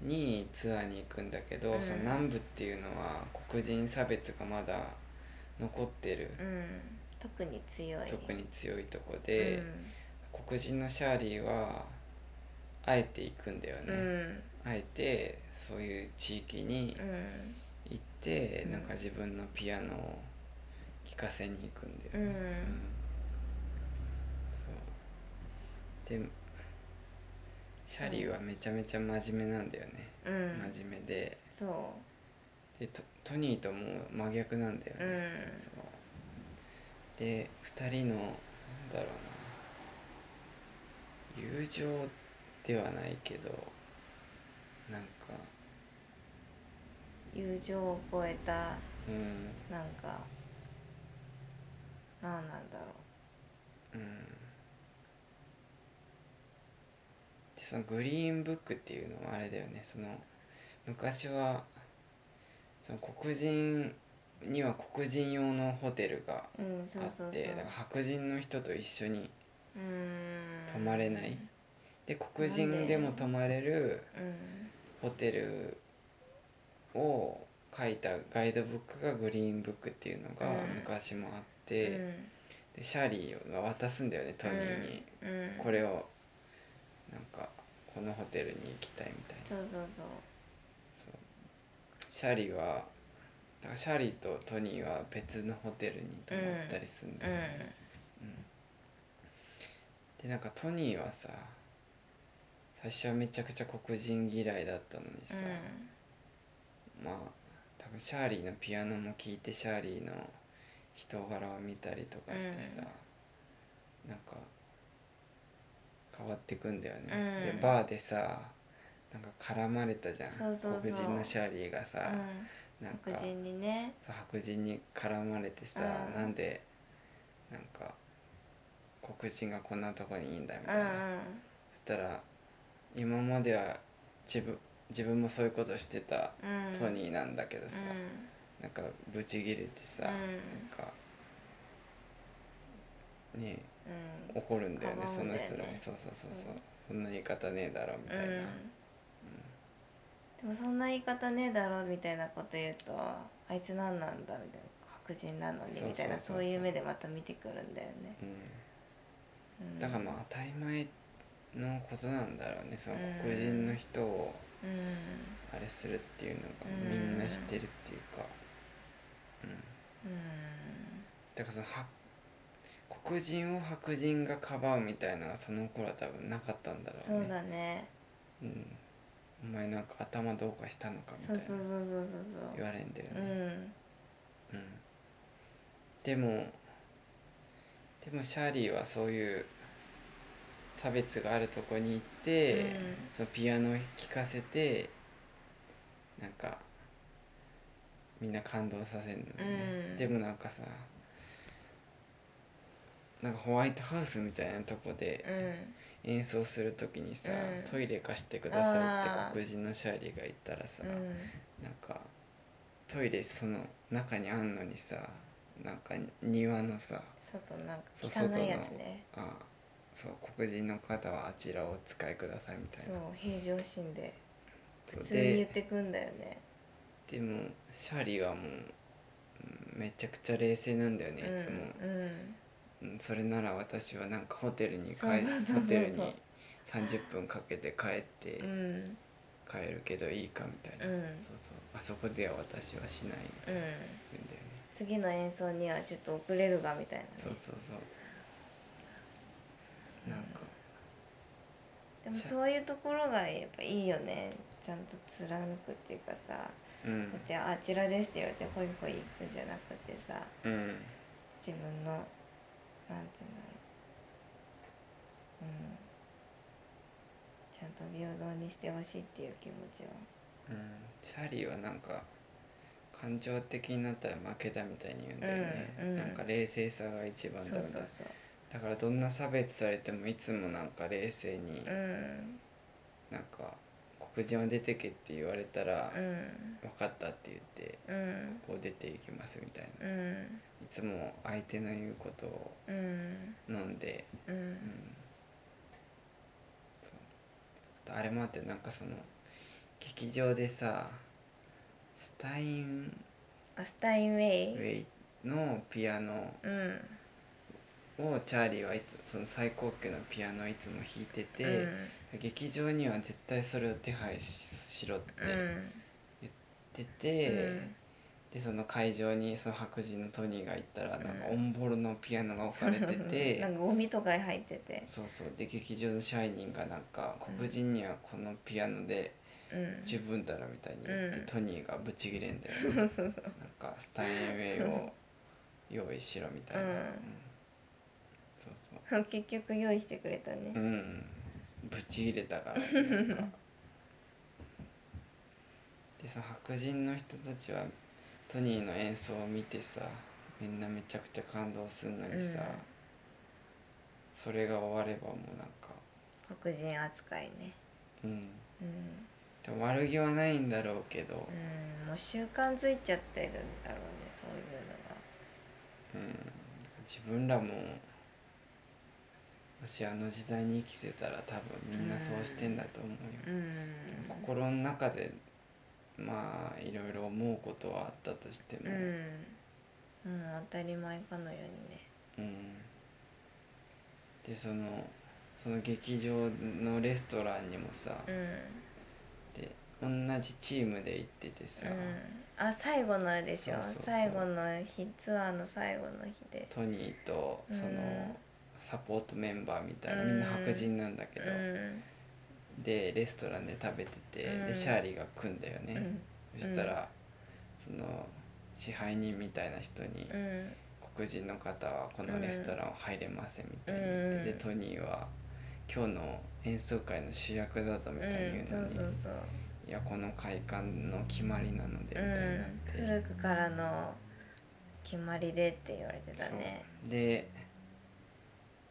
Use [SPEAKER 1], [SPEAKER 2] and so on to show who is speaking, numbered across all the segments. [SPEAKER 1] にツアーに行くんだけど、
[SPEAKER 2] うん
[SPEAKER 1] その南部っていうのは黒人差別がまだ残ってる、
[SPEAKER 2] うん特に強い
[SPEAKER 1] 特に強いとこで、黒人のシャーリーはあえて行くんだよね、
[SPEAKER 2] うん、うん
[SPEAKER 1] あえてそういう地域に
[SPEAKER 2] うん
[SPEAKER 1] 行って、
[SPEAKER 2] うん
[SPEAKER 1] なんか自分のピアノを聴かせに行くんだ
[SPEAKER 2] う
[SPEAKER 1] よね、
[SPEAKER 2] ん
[SPEAKER 1] そうでシャリーはめちゃめちゃ真面目なんだよね、
[SPEAKER 2] うん
[SPEAKER 1] 真面目で
[SPEAKER 2] そ
[SPEAKER 1] でトトニーともう真逆なんだよ
[SPEAKER 2] うう
[SPEAKER 1] ね、
[SPEAKER 2] ん
[SPEAKER 1] そうで2人のなんだろうな友情ではないけどなんか
[SPEAKER 2] 友情を超えた
[SPEAKER 1] うん
[SPEAKER 2] なんかなんなんだろ
[SPEAKER 1] うんでそのグリーンブックっていうのはあれだよねその昔はその黒人には黒人用のホテルが
[SPEAKER 2] ううん
[SPEAKER 1] あ
[SPEAKER 2] そうそ
[SPEAKER 1] っ
[SPEAKER 2] うそう
[SPEAKER 1] てだから白人の人と一緒に
[SPEAKER 2] うん
[SPEAKER 1] 泊まれないで黒人でも泊まれる
[SPEAKER 2] うん
[SPEAKER 1] ホテルを書いたガイドブックがグリーンブックっていうのが
[SPEAKER 2] うん
[SPEAKER 1] 昔もあって、
[SPEAKER 2] うん
[SPEAKER 1] でシャーリーが渡すんだよねトニーに。
[SPEAKER 2] うんうん
[SPEAKER 1] これをなんかこのホテルに行きたいみたいな
[SPEAKER 2] そうそうそう
[SPEAKER 1] そうシャーリーはだからシャーリーとトニーは別のホテルに泊まったりするんだ
[SPEAKER 2] う
[SPEAKER 1] よ、う
[SPEAKER 2] ん
[SPEAKER 1] んでなんかトニーはさ最初はめちゃくちゃ黒人嫌いだったのにさ、
[SPEAKER 2] うん
[SPEAKER 1] まあ多分シャーリーのピアノも聴いてシャーリーの人柄を見たりとかしてさ、なんか変わってくんだよね、
[SPEAKER 2] うん
[SPEAKER 1] でバーでさなんか絡まれたじゃん
[SPEAKER 2] そうそうそう
[SPEAKER 1] 黒人のシャーリーがさ、
[SPEAKER 2] うん
[SPEAKER 1] なんか
[SPEAKER 2] 白人にね
[SPEAKER 1] そう白人に絡まれてさ、
[SPEAKER 2] うん
[SPEAKER 1] なんでなんか黒人がこんなとこにいいんだみ
[SPEAKER 2] う
[SPEAKER 1] たいな、
[SPEAKER 2] ん
[SPEAKER 1] そしたら今までは自分自分もそういうことしてた
[SPEAKER 2] うんうん
[SPEAKER 1] トニーなんだけどさ、
[SPEAKER 2] うん
[SPEAKER 1] なんかブチギレてさ、
[SPEAKER 2] うん
[SPEAKER 1] なんかねえ
[SPEAKER 2] うん
[SPEAKER 1] 怒るんだよね
[SPEAKER 2] かば
[SPEAKER 1] そ
[SPEAKER 2] うんだ
[SPEAKER 1] の
[SPEAKER 2] よね
[SPEAKER 1] 人らもそうそうそうそう、
[SPEAKER 2] うん
[SPEAKER 1] そんな言い方ねえだろみたいな、うん
[SPEAKER 2] うん、でもそんな言い方ねえだろみたいなこと言うとあいつ何なんだみたいな白人なのに
[SPEAKER 1] そうそうそうそう
[SPEAKER 2] みたいなそういう目でまた見てくるんだよね、うん、
[SPEAKER 1] だからまあ当たり前のことなんだろうねその
[SPEAKER 2] うん
[SPEAKER 1] 黒人の人を
[SPEAKER 2] うん
[SPEAKER 1] あれするっていうのが
[SPEAKER 2] うん
[SPEAKER 1] みんな知ってるっていうか、うん、
[SPEAKER 2] うん
[SPEAKER 1] だからそのは黒人を白人がかばうみたいなのがその頃は多分なかったんだろうね
[SPEAKER 2] そうだね
[SPEAKER 1] うん、お前なんか頭どうかしたのかみた
[SPEAKER 2] そ
[SPEAKER 1] いうな
[SPEAKER 2] そうそうそうそう
[SPEAKER 1] 言われんだよ
[SPEAKER 2] そうう
[SPEAKER 1] ね、
[SPEAKER 2] ん
[SPEAKER 1] うんでもでもシャーリーはそういう差別があるとこに行って、
[SPEAKER 2] うん
[SPEAKER 1] そのピアノを聴かせてなんかみんな感動させるのね、
[SPEAKER 2] うん
[SPEAKER 1] でもなんかさなんかホワイトハウスみたいなとこで、
[SPEAKER 2] うん
[SPEAKER 1] 演奏する時にさ、
[SPEAKER 2] うん
[SPEAKER 1] トイレ貸してくださいっ
[SPEAKER 2] あ
[SPEAKER 1] て
[SPEAKER 2] ー
[SPEAKER 1] 黒人のシャーリーが言ったらさ、
[SPEAKER 2] うん
[SPEAKER 1] なんかトイレその中にあんのにさなんか庭のさ
[SPEAKER 2] 外なんか
[SPEAKER 1] そう
[SPEAKER 2] 汚いやつね
[SPEAKER 1] あそう黒人の方はあちらをお使いくださいみたい
[SPEAKER 2] そう
[SPEAKER 1] な
[SPEAKER 2] 平常心で
[SPEAKER 1] そう
[SPEAKER 2] 普通に言ってくんだよね
[SPEAKER 1] でもシャーリーはもううんめちゃくちゃ冷静なんだよねいつも、
[SPEAKER 2] うんうん
[SPEAKER 1] うんそれなら私はなんかホテルに帰
[SPEAKER 2] そうそうそうそうそう
[SPEAKER 1] ホテルに30分かけて帰って
[SPEAKER 2] うん
[SPEAKER 1] 帰るけどいいかみたいな、
[SPEAKER 2] うん
[SPEAKER 1] そうそうあそこでは私はしないみた
[SPEAKER 2] う
[SPEAKER 1] いなん言うんだよね、
[SPEAKER 2] 次の演奏にはちょっと遅れるがみたいなね、
[SPEAKER 1] そうそうそうなんか
[SPEAKER 2] でもそういうところがやっぱいいよねちゃんと貫くっていうかさ
[SPEAKER 1] うん
[SPEAKER 2] だって「あちらです」って言われてホイホイ行くんじゃなくてさ
[SPEAKER 1] うん
[SPEAKER 2] 自分のなんて言うんだろううんちゃんと平等にしてほしいっていう気持ちは
[SPEAKER 1] うんシャーリーはなんか感情的になったら負けだみたいに言うんだよね、
[SPEAKER 2] うんうん
[SPEAKER 1] なんか冷静さが一番だ
[SPEAKER 2] そ
[SPEAKER 1] み
[SPEAKER 2] う
[SPEAKER 1] たいな
[SPEAKER 2] そうそう
[SPEAKER 1] だからどんな差別されてもいつもなんか冷静に、
[SPEAKER 2] うん
[SPEAKER 1] なんか黒人は出てけって言われたら、
[SPEAKER 2] うん
[SPEAKER 1] 分かったって言って
[SPEAKER 2] うん
[SPEAKER 1] こう出ていきますみたいな、
[SPEAKER 2] う
[SPEAKER 1] い
[SPEAKER 2] ん
[SPEAKER 1] つも相手の言うことを
[SPEAKER 2] うん
[SPEAKER 1] 飲んで
[SPEAKER 2] う
[SPEAKER 1] うん
[SPEAKER 2] ん
[SPEAKER 1] そうあとあれもあってなんかその化劇場でさスタイン
[SPEAKER 2] あスタインウェ
[SPEAKER 1] ウ
[SPEAKER 2] イ
[SPEAKER 1] ェイのピアノ
[SPEAKER 2] うん
[SPEAKER 1] をチャーリーはいつその最高級のピアノをいつも弾いてて、
[SPEAKER 2] うん
[SPEAKER 1] 劇場には絶対それを手配ししろって
[SPEAKER 2] う
[SPEAKER 1] 言っ
[SPEAKER 2] ん
[SPEAKER 1] てて、でその会場にその白人のトニーが行ったらなんかオンボロのピアノが置かれて
[SPEAKER 2] うん、 なん
[SPEAKER 1] て
[SPEAKER 2] かゴミとか入ってて、
[SPEAKER 1] そうそうで劇場の支配人がなんか
[SPEAKER 2] うん
[SPEAKER 1] 黒人にはこのピアノで
[SPEAKER 2] うん、
[SPEAKER 1] 十分だろみたいに言って、
[SPEAKER 2] うん
[SPEAKER 1] トニーがブチギレんだよ ねなんかスタインウェイを用意しろみたいな、
[SPEAKER 2] うん
[SPEAKER 1] そうそう
[SPEAKER 2] 結局用意してくれたね、
[SPEAKER 1] うんぶち入れたからなんかでその白人の人たちはトニーの演奏を見てさみんなめちゃくちゃ感動するのにさ、
[SPEAKER 2] うん
[SPEAKER 1] それが終わればもうなんか
[SPEAKER 2] 黒人扱いね
[SPEAKER 1] うん
[SPEAKER 2] うん
[SPEAKER 1] でも悪気はないんだろうけど
[SPEAKER 2] うんもう習慣づいちゃってるんだろうねそういう
[SPEAKER 1] うん、
[SPEAKER 2] のが
[SPEAKER 1] なんか自分らももしあの時代に生きてたら多分みんなそうしてんだと思うよ、
[SPEAKER 2] うん
[SPEAKER 1] 心の中でまあいろいろ思うことはあったとしても、
[SPEAKER 2] うんもう当たり前かのようにね
[SPEAKER 1] うんでそのその劇場のレストランにもさ、
[SPEAKER 2] う
[SPEAKER 1] で同じチームで行っててさ、
[SPEAKER 2] ん、うん、あ最後のあれでしょ
[SPEAKER 1] そうそうそう
[SPEAKER 2] 最後の日ツアーの最後の日で
[SPEAKER 1] トニーとその、
[SPEAKER 2] うん
[SPEAKER 1] サポートメンバーみたいな
[SPEAKER 2] うん
[SPEAKER 1] みんな白人なんだけど、
[SPEAKER 2] うん
[SPEAKER 1] でレストランで食べてて、
[SPEAKER 2] うん
[SPEAKER 1] でシャーリーが来んだよ
[SPEAKER 2] う
[SPEAKER 1] ね、
[SPEAKER 2] ん
[SPEAKER 1] そしたらその支配人みたいな人に、
[SPEAKER 2] うん
[SPEAKER 1] 黒人の方はこのレストランは入れませんみたいに言って、
[SPEAKER 2] うん
[SPEAKER 1] でトニーは今日の演奏会の主役だぞみたいに
[SPEAKER 2] う
[SPEAKER 1] 言
[SPEAKER 2] ん
[SPEAKER 1] う
[SPEAKER 2] そ
[SPEAKER 1] の
[SPEAKER 2] う
[SPEAKER 1] に、
[SPEAKER 2] そうそう
[SPEAKER 1] いやこの会館の決まりなのでみたいにな
[SPEAKER 2] うん
[SPEAKER 1] って、
[SPEAKER 2] 古くからの決まりでって言われてたね
[SPEAKER 1] そうで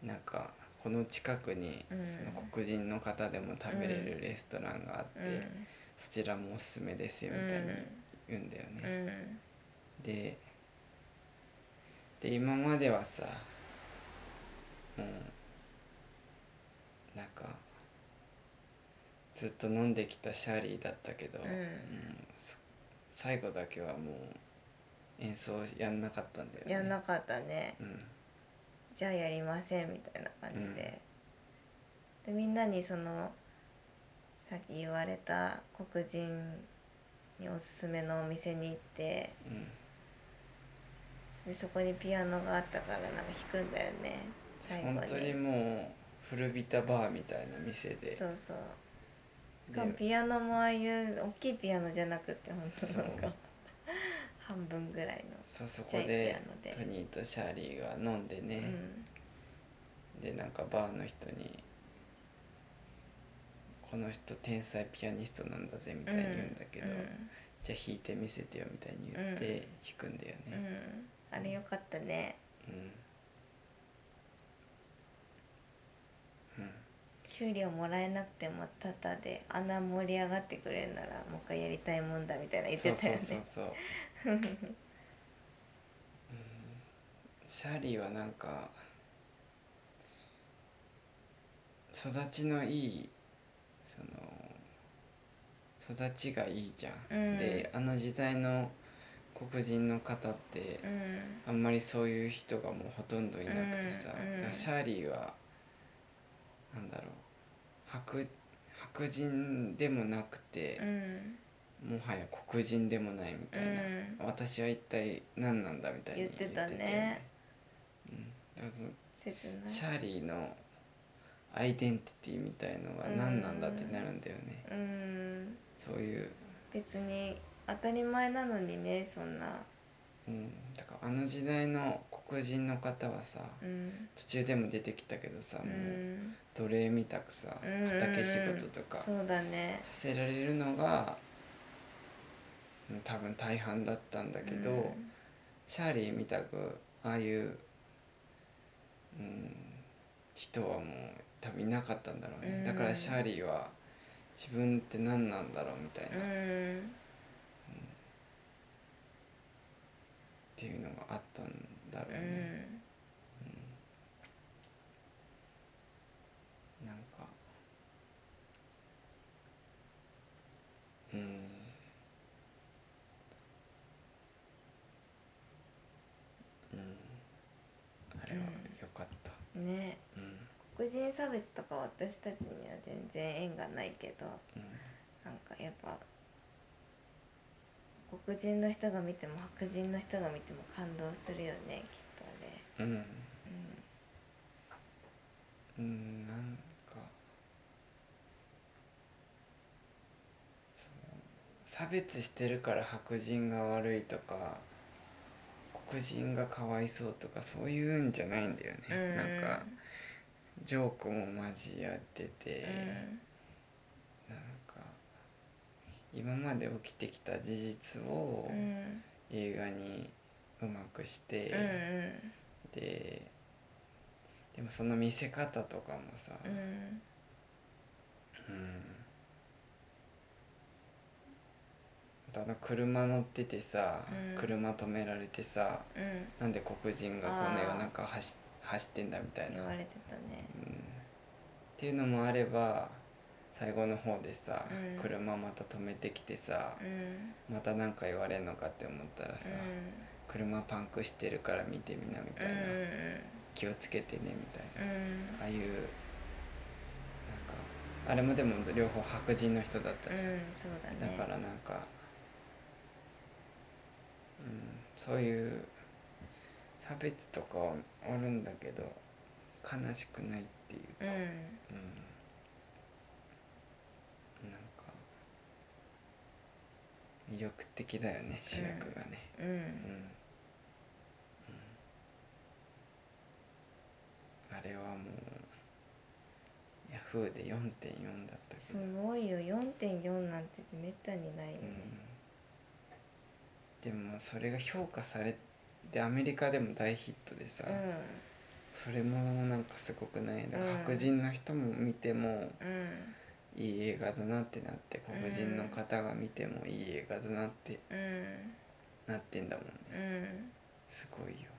[SPEAKER 1] なんかこの近くに
[SPEAKER 2] うん
[SPEAKER 1] その黒人の方でも食べれるレストランがあって、
[SPEAKER 2] うん
[SPEAKER 1] そちらもおすすめですよみたいに言うんだよね、
[SPEAKER 2] うん
[SPEAKER 1] でで今まではさもうなんかずっと飲んできたシャーリーだったけど、
[SPEAKER 2] うん
[SPEAKER 1] そ最後だけはもう演奏やんなかったんだよね。
[SPEAKER 2] やんなかったね
[SPEAKER 1] うん
[SPEAKER 2] じゃあやりませんみたいな感じで,、でみんなにそのさっき言われた黒人におすすめのお店に行って
[SPEAKER 1] うん、
[SPEAKER 2] でそこにピアノがあったからなんか弾くんだよね最後に
[SPEAKER 1] 本当にもう古びたバーみたいな店で
[SPEAKER 2] そうそうしかも
[SPEAKER 1] で
[SPEAKER 2] ピアノもああいう大きいピアノじゃなくて本当なん
[SPEAKER 1] そう
[SPEAKER 2] か 半分ぐらいの
[SPEAKER 1] そうそ
[SPEAKER 2] ちっち
[SPEAKER 1] こ
[SPEAKER 2] ゃいピ
[SPEAKER 1] で
[SPEAKER 2] アノで
[SPEAKER 1] トニーとシャーリーが飲んでね、でなんかバーの人に「この人天才ピアニストなんだぜ」みたいに言うんだけど、
[SPEAKER 2] うん
[SPEAKER 1] じゃあ弾いてみせてよみたいに言って弾くんだよ
[SPEAKER 2] うん
[SPEAKER 1] ね。
[SPEAKER 2] あれよかったね
[SPEAKER 1] うん、うん
[SPEAKER 2] 給料もらえなくてもタダであんな盛り上がってくれるならもう一回やりたいもんだみたいな言っ
[SPEAKER 1] そ
[SPEAKER 2] て
[SPEAKER 1] う
[SPEAKER 2] た
[SPEAKER 1] そ
[SPEAKER 2] よ
[SPEAKER 1] う
[SPEAKER 2] ね
[SPEAKER 1] そうそう、うん、シャーリーはなんか育ちのいいその育ちがいいじゃん、
[SPEAKER 2] うん
[SPEAKER 1] であの時代の黒人の方って
[SPEAKER 2] うん
[SPEAKER 1] あんまりそういう人がもうほとんどいなくてさ、
[SPEAKER 2] うんうん
[SPEAKER 1] だからシャーリーはなんだろう白白人でもなくて、
[SPEAKER 2] うん
[SPEAKER 1] もはや黒人でもないみたいな、
[SPEAKER 2] うん
[SPEAKER 1] 私は一体何なんだみたいに
[SPEAKER 2] 言ってた
[SPEAKER 1] 言
[SPEAKER 2] ね
[SPEAKER 1] っててうん、だからその
[SPEAKER 2] 切ない
[SPEAKER 1] シャーリーのアイデンティティみたいのが何なんだってなるんだよね、
[SPEAKER 2] うん
[SPEAKER 1] そういう、
[SPEAKER 2] 別に当たり前なのにねそんな
[SPEAKER 1] うん、だからあの時代の黒人の方はさ
[SPEAKER 2] うん
[SPEAKER 1] 途中でも出てきたけどさ、
[SPEAKER 2] う
[SPEAKER 1] もうん奴隷みたくさ、
[SPEAKER 2] うんうんうん
[SPEAKER 1] 畑仕事とか
[SPEAKER 2] そ
[SPEAKER 1] さ
[SPEAKER 2] うだね
[SPEAKER 1] せられるのがうん多分大半だったんだけど、
[SPEAKER 2] うん
[SPEAKER 1] シャーリーみたくああいう、うん、人はもう多分いなかったんだろうね、
[SPEAKER 2] うん
[SPEAKER 1] だからシャーリーは自分って何なんだろうみたいな、
[SPEAKER 2] う
[SPEAKER 1] っ
[SPEAKER 2] ん
[SPEAKER 1] ていうのがあったんだろう
[SPEAKER 2] う
[SPEAKER 1] ね、
[SPEAKER 2] ん
[SPEAKER 1] なんかううんうんあれは良かった
[SPEAKER 2] ね
[SPEAKER 1] うん
[SPEAKER 2] 黒人差別とか私たちには全然縁がないけど
[SPEAKER 1] うん
[SPEAKER 2] なんかやっぱ黒人の人が見ても白人の人が見ても感動するよねきっと
[SPEAKER 1] うん、
[SPEAKER 2] ねうん
[SPEAKER 1] うん、なんかその差別してるから白人が悪いとか黒人がかわいそうとかそういうんじゃないんだよね、
[SPEAKER 2] うん
[SPEAKER 1] なんかジョークも交えてて、なんか今まで起きてきた事実を
[SPEAKER 2] うんうん
[SPEAKER 1] 映画にうまくして、
[SPEAKER 2] うん
[SPEAKER 1] ででもその見せ方とかもさ、
[SPEAKER 2] うん
[SPEAKER 1] うんあとあの車乗っててさ、
[SPEAKER 2] うん
[SPEAKER 1] 車止められてさ
[SPEAKER 2] うん
[SPEAKER 1] なんで黒人がこの夜中走走ってんだみたいな、う
[SPEAKER 2] 言
[SPEAKER 1] ん、っ
[SPEAKER 2] われてたね
[SPEAKER 1] ていうのもあれば最後の方でさ、
[SPEAKER 2] うん
[SPEAKER 1] 車また止めてきてさ、
[SPEAKER 2] うん
[SPEAKER 1] また何か言われんのかって思ったらさ、
[SPEAKER 2] う
[SPEAKER 1] 車パンクしてるから見てみなみたいな、
[SPEAKER 2] ん
[SPEAKER 1] 気をつけてねみたいな
[SPEAKER 2] うんう
[SPEAKER 1] あ
[SPEAKER 2] ん
[SPEAKER 1] あいうなんかあれもでも両方白人の人だったじゃん、
[SPEAKER 2] うんそうだね
[SPEAKER 1] だからなんか、うん、そういう差別とかはあるんだけど悲しくないっていうか、
[SPEAKER 2] うん
[SPEAKER 1] うんなんか魅力的だよね主役がね、
[SPEAKER 2] う
[SPEAKER 1] うん
[SPEAKER 2] ん
[SPEAKER 1] うんあれはもうヤフーで4.4だったけ
[SPEAKER 2] す
[SPEAKER 1] ど、
[SPEAKER 2] ごいよ4.4なんてめったにないよね
[SPEAKER 1] うん、でもそれが評価されてアメリカでも大ヒットでさ、
[SPEAKER 2] う
[SPEAKER 1] それもなんかすごくないだから
[SPEAKER 2] うん
[SPEAKER 1] 白人の人も見ても
[SPEAKER 2] んうん
[SPEAKER 1] いい映画だなってなって黒人の方が見てもいい映画だなって
[SPEAKER 2] うん
[SPEAKER 1] なってんだもんね
[SPEAKER 2] うん
[SPEAKER 1] すごいよ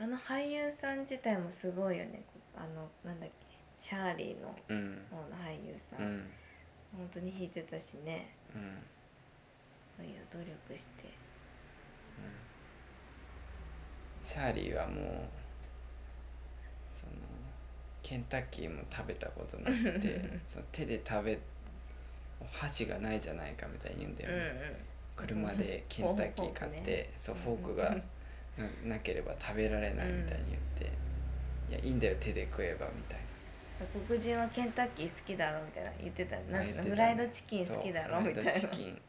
[SPEAKER 2] あの俳優さん自体もすごいよねあのなんだっけチャーリーの
[SPEAKER 1] うん
[SPEAKER 2] 方の俳優さ、
[SPEAKER 1] うんん
[SPEAKER 2] 本当に弾いてたしね
[SPEAKER 1] うん
[SPEAKER 2] そういう努力して
[SPEAKER 1] シャーリーはもうそのケンタッキーも食べたことなくてその手で食べ箸がないじゃないかみたいに言うんだよね、車でケンタッキー買って、そうフォークがななければ食べられないみたいに言って「いやいいんだよ手で食えば」みたいな。
[SPEAKER 2] 黒人はケンタッキー好きだろみたいな言ってた
[SPEAKER 1] あ
[SPEAKER 2] な
[SPEAKER 1] 言
[SPEAKER 2] ん
[SPEAKER 1] っ
[SPEAKER 2] か
[SPEAKER 1] てた
[SPEAKER 2] フライドチキン好きだろ
[SPEAKER 1] そう
[SPEAKER 2] みたいな
[SPEAKER 1] フライドチキン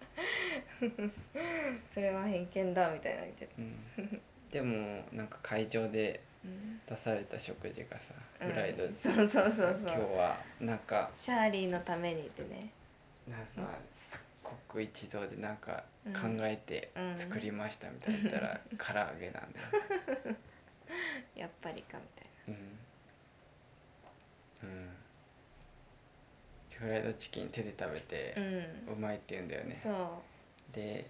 [SPEAKER 2] それは偏見だみたいな言ってた、
[SPEAKER 1] うん、でもなんか会場で
[SPEAKER 2] うん
[SPEAKER 1] 出された食事がさ
[SPEAKER 2] うん
[SPEAKER 1] フライド、
[SPEAKER 2] そうそうそう
[SPEAKER 1] 今
[SPEAKER 2] そ
[SPEAKER 1] 日
[SPEAKER 2] う
[SPEAKER 1] はなんか
[SPEAKER 2] シャーリーのためにってね
[SPEAKER 1] なんか国一同でなんか
[SPEAKER 2] うん
[SPEAKER 1] 考えて
[SPEAKER 2] うん
[SPEAKER 1] 作りましたみたいに言ったら、唐揚げ なんだよ、
[SPEAKER 2] やっぱりかみたい
[SPEAKER 1] うんうん、フライドチキン手で食べ
[SPEAKER 2] な
[SPEAKER 1] て、
[SPEAKER 2] う
[SPEAKER 1] うまいって言うんだよ
[SPEAKER 2] ん、
[SPEAKER 1] ね
[SPEAKER 2] そう
[SPEAKER 1] で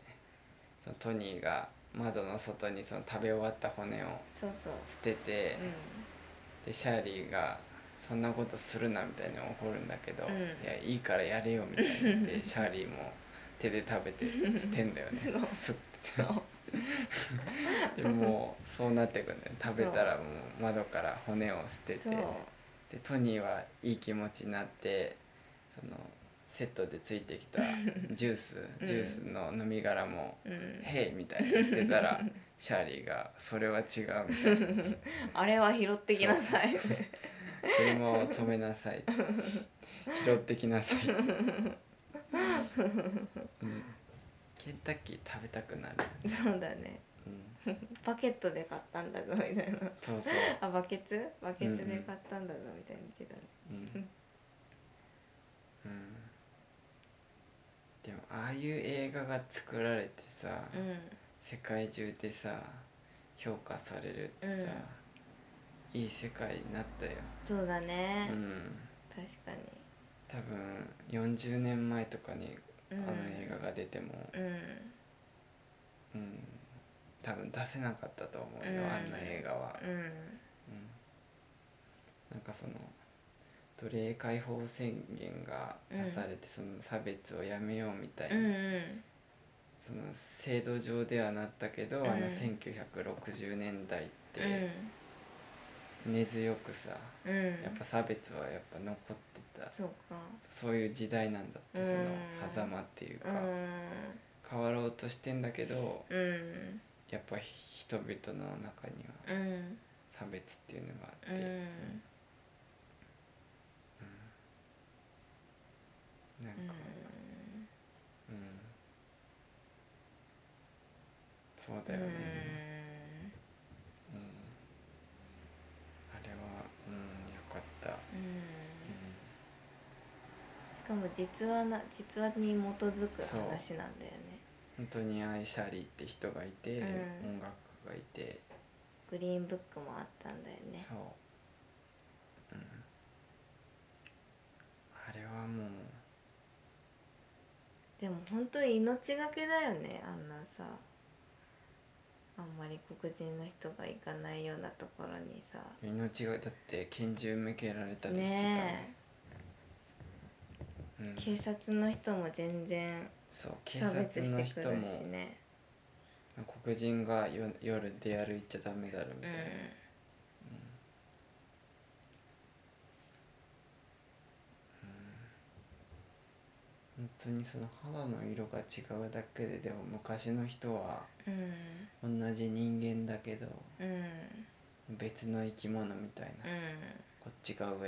[SPEAKER 1] そのトニーが窓の外にその食べ終わった骨を
[SPEAKER 2] そうそう
[SPEAKER 1] 捨てて、でシャーリーが「そんなことするな」みたいに怒るんだけど「
[SPEAKER 2] うん
[SPEAKER 1] いやいいからやれよ」みたいに言って シャーリーも手で食べて捨てんだよね
[SPEAKER 2] そう
[SPEAKER 1] スッ
[SPEAKER 2] そう
[SPEAKER 1] てでもうそうなってくんだよね食べたらもう窓から骨を捨て
[SPEAKER 2] そ
[SPEAKER 1] て
[SPEAKER 2] う
[SPEAKER 1] でトニーはいい気持ちになってそのセットでついてき たジュース
[SPEAKER 2] うん
[SPEAKER 1] ジュースの飲み殻も「
[SPEAKER 2] うん
[SPEAKER 1] へい」みたいに捨てた らシャーリーが「それは違う」みたいな
[SPEAKER 2] あれは拾ってきなさい
[SPEAKER 1] 車を止めなさい拾ってきなさい、うん、ケンタッキー食べたくなる、
[SPEAKER 2] そうだね
[SPEAKER 1] うん、
[SPEAKER 2] バケットで買ったんだぞみたいな
[SPEAKER 1] そうそう、
[SPEAKER 2] あバケツバケツで買ったんだぞみたいに言ってたね
[SPEAKER 1] うんうん、でもああいう映画が作られてさ、
[SPEAKER 2] う
[SPEAKER 1] 世界中でさ評価されるってさ、いい世界になったよ、
[SPEAKER 2] んそうだ
[SPEAKER 1] う
[SPEAKER 2] ね、
[SPEAKER 1] ん、
[SPEAKER 2] 確か
[SPEAKER 1] 多分40年前とかにあ
[SPEAKER 2] に、う
[SPEAKER 1] の
[SPEAKER 2] ん、
[SPEAKER 1] 映画が出ても、
[SPEAKER 2] うん
[SPEAKER 1] うん、多分出せなかったと思うよ、
[SPEAKER 2] うん
[SPEAKER 1] あんな映画は、
[SPEAKER 2] うん
[SPEAKER 1] うん、なんかその奴隷解放宣言が出されて、その差別をやめようみたいな、
[SPEAKER 2] うんうん
[SPEAKER 1] その制度上ではなったけど、あ
[SPEAKER 2] うん
[SPEAKER 1] の1960年代っ
[SPEAKER 2] う
[SPEAKER 1] て根強くさ、
[SPEAKER 2] んうん
[SPEAKER 1] やっぱ差別はやっぱ残ってた
[SPEAKER 2] そうか
[SPEAKER 1] そういう時代なんだって、
[SPEAKER 2] うん
[SPEAKER 1] その狭間っていう
[SPEAKER 2] う
[SPEAKER 1] か、
[SPEAKER 2] ん
[SPEAKER 1] 変わろうとしてんだけど
[SPEAKER 2] うん
[SPEAKER 1] やっぱ人々の中には
[SPEAKER 2] うん
[SPEAKER 1] 差別っていうのがあ
[SPEAKER 2] う
[SPEAKER 1] って、
[SPEAKER 2] ん
[SPEAKER 1] なんか、うんそうだよね、うんあれはうんよかった、
[SPEAKER 2] うんうん
[SPEAKER 1] う
[SPEAKER 2] しかも実話な実話に基づく
[SPEAKER 1] そう
[SPEAKER 2] 話なんだよね
[SPEAKER 1] ん、本当にアイ・シャリーって人がいて、
[SPEAKER 2] うん
[SPEAKER 1] 音楽家がいて、
[SPEAKER 2] グリーンブックもあったんだよね
[SPEAKER 1] そう、うん、あれはもう
[SPEAKER 2] でも本当に命がけだよねあんなさあんまり黒人の人が行かないようなところにさ
[SPEAKER 1] 命がだって拳銃向けられたりしてたもん
[SPEAKER 2] ね
[SPEAKER 1] う
[SPEAKER 2] え
[SPEAKER 1] ん、
[SPEAKER 2] 警察の人も全然
[SPEAKER 1] そう警
[SPEAKER 2] 差
[SPEAKER 1] 察
[SPEAKER 2] 別し
[SPEAKER 1] の
[SPEAKER 2] てく
[SPEAKER 1] 人
[SPEAKER 2] る
[SPEAKER 1] も
[SPEAKER 2] しね
[SPEAKER 1] 黒人がよ夜出歩いちゃダメだろみ
[SPEAKER 2] う
[SPEAKER 1] たいな、
[SPEAKER 2] ん
[SPEAKER 1] 本当にその肌の色が違うだけででも昔の人は
[SPEAKER 2] うん
[SPEAKER 1] 同じ人間だけど
[SPEAKER 2] うん
[SPEAKER 1] 別の生き物みたいな、
[SPEAKER 2] うん
[SPEAKER 1] こっちが上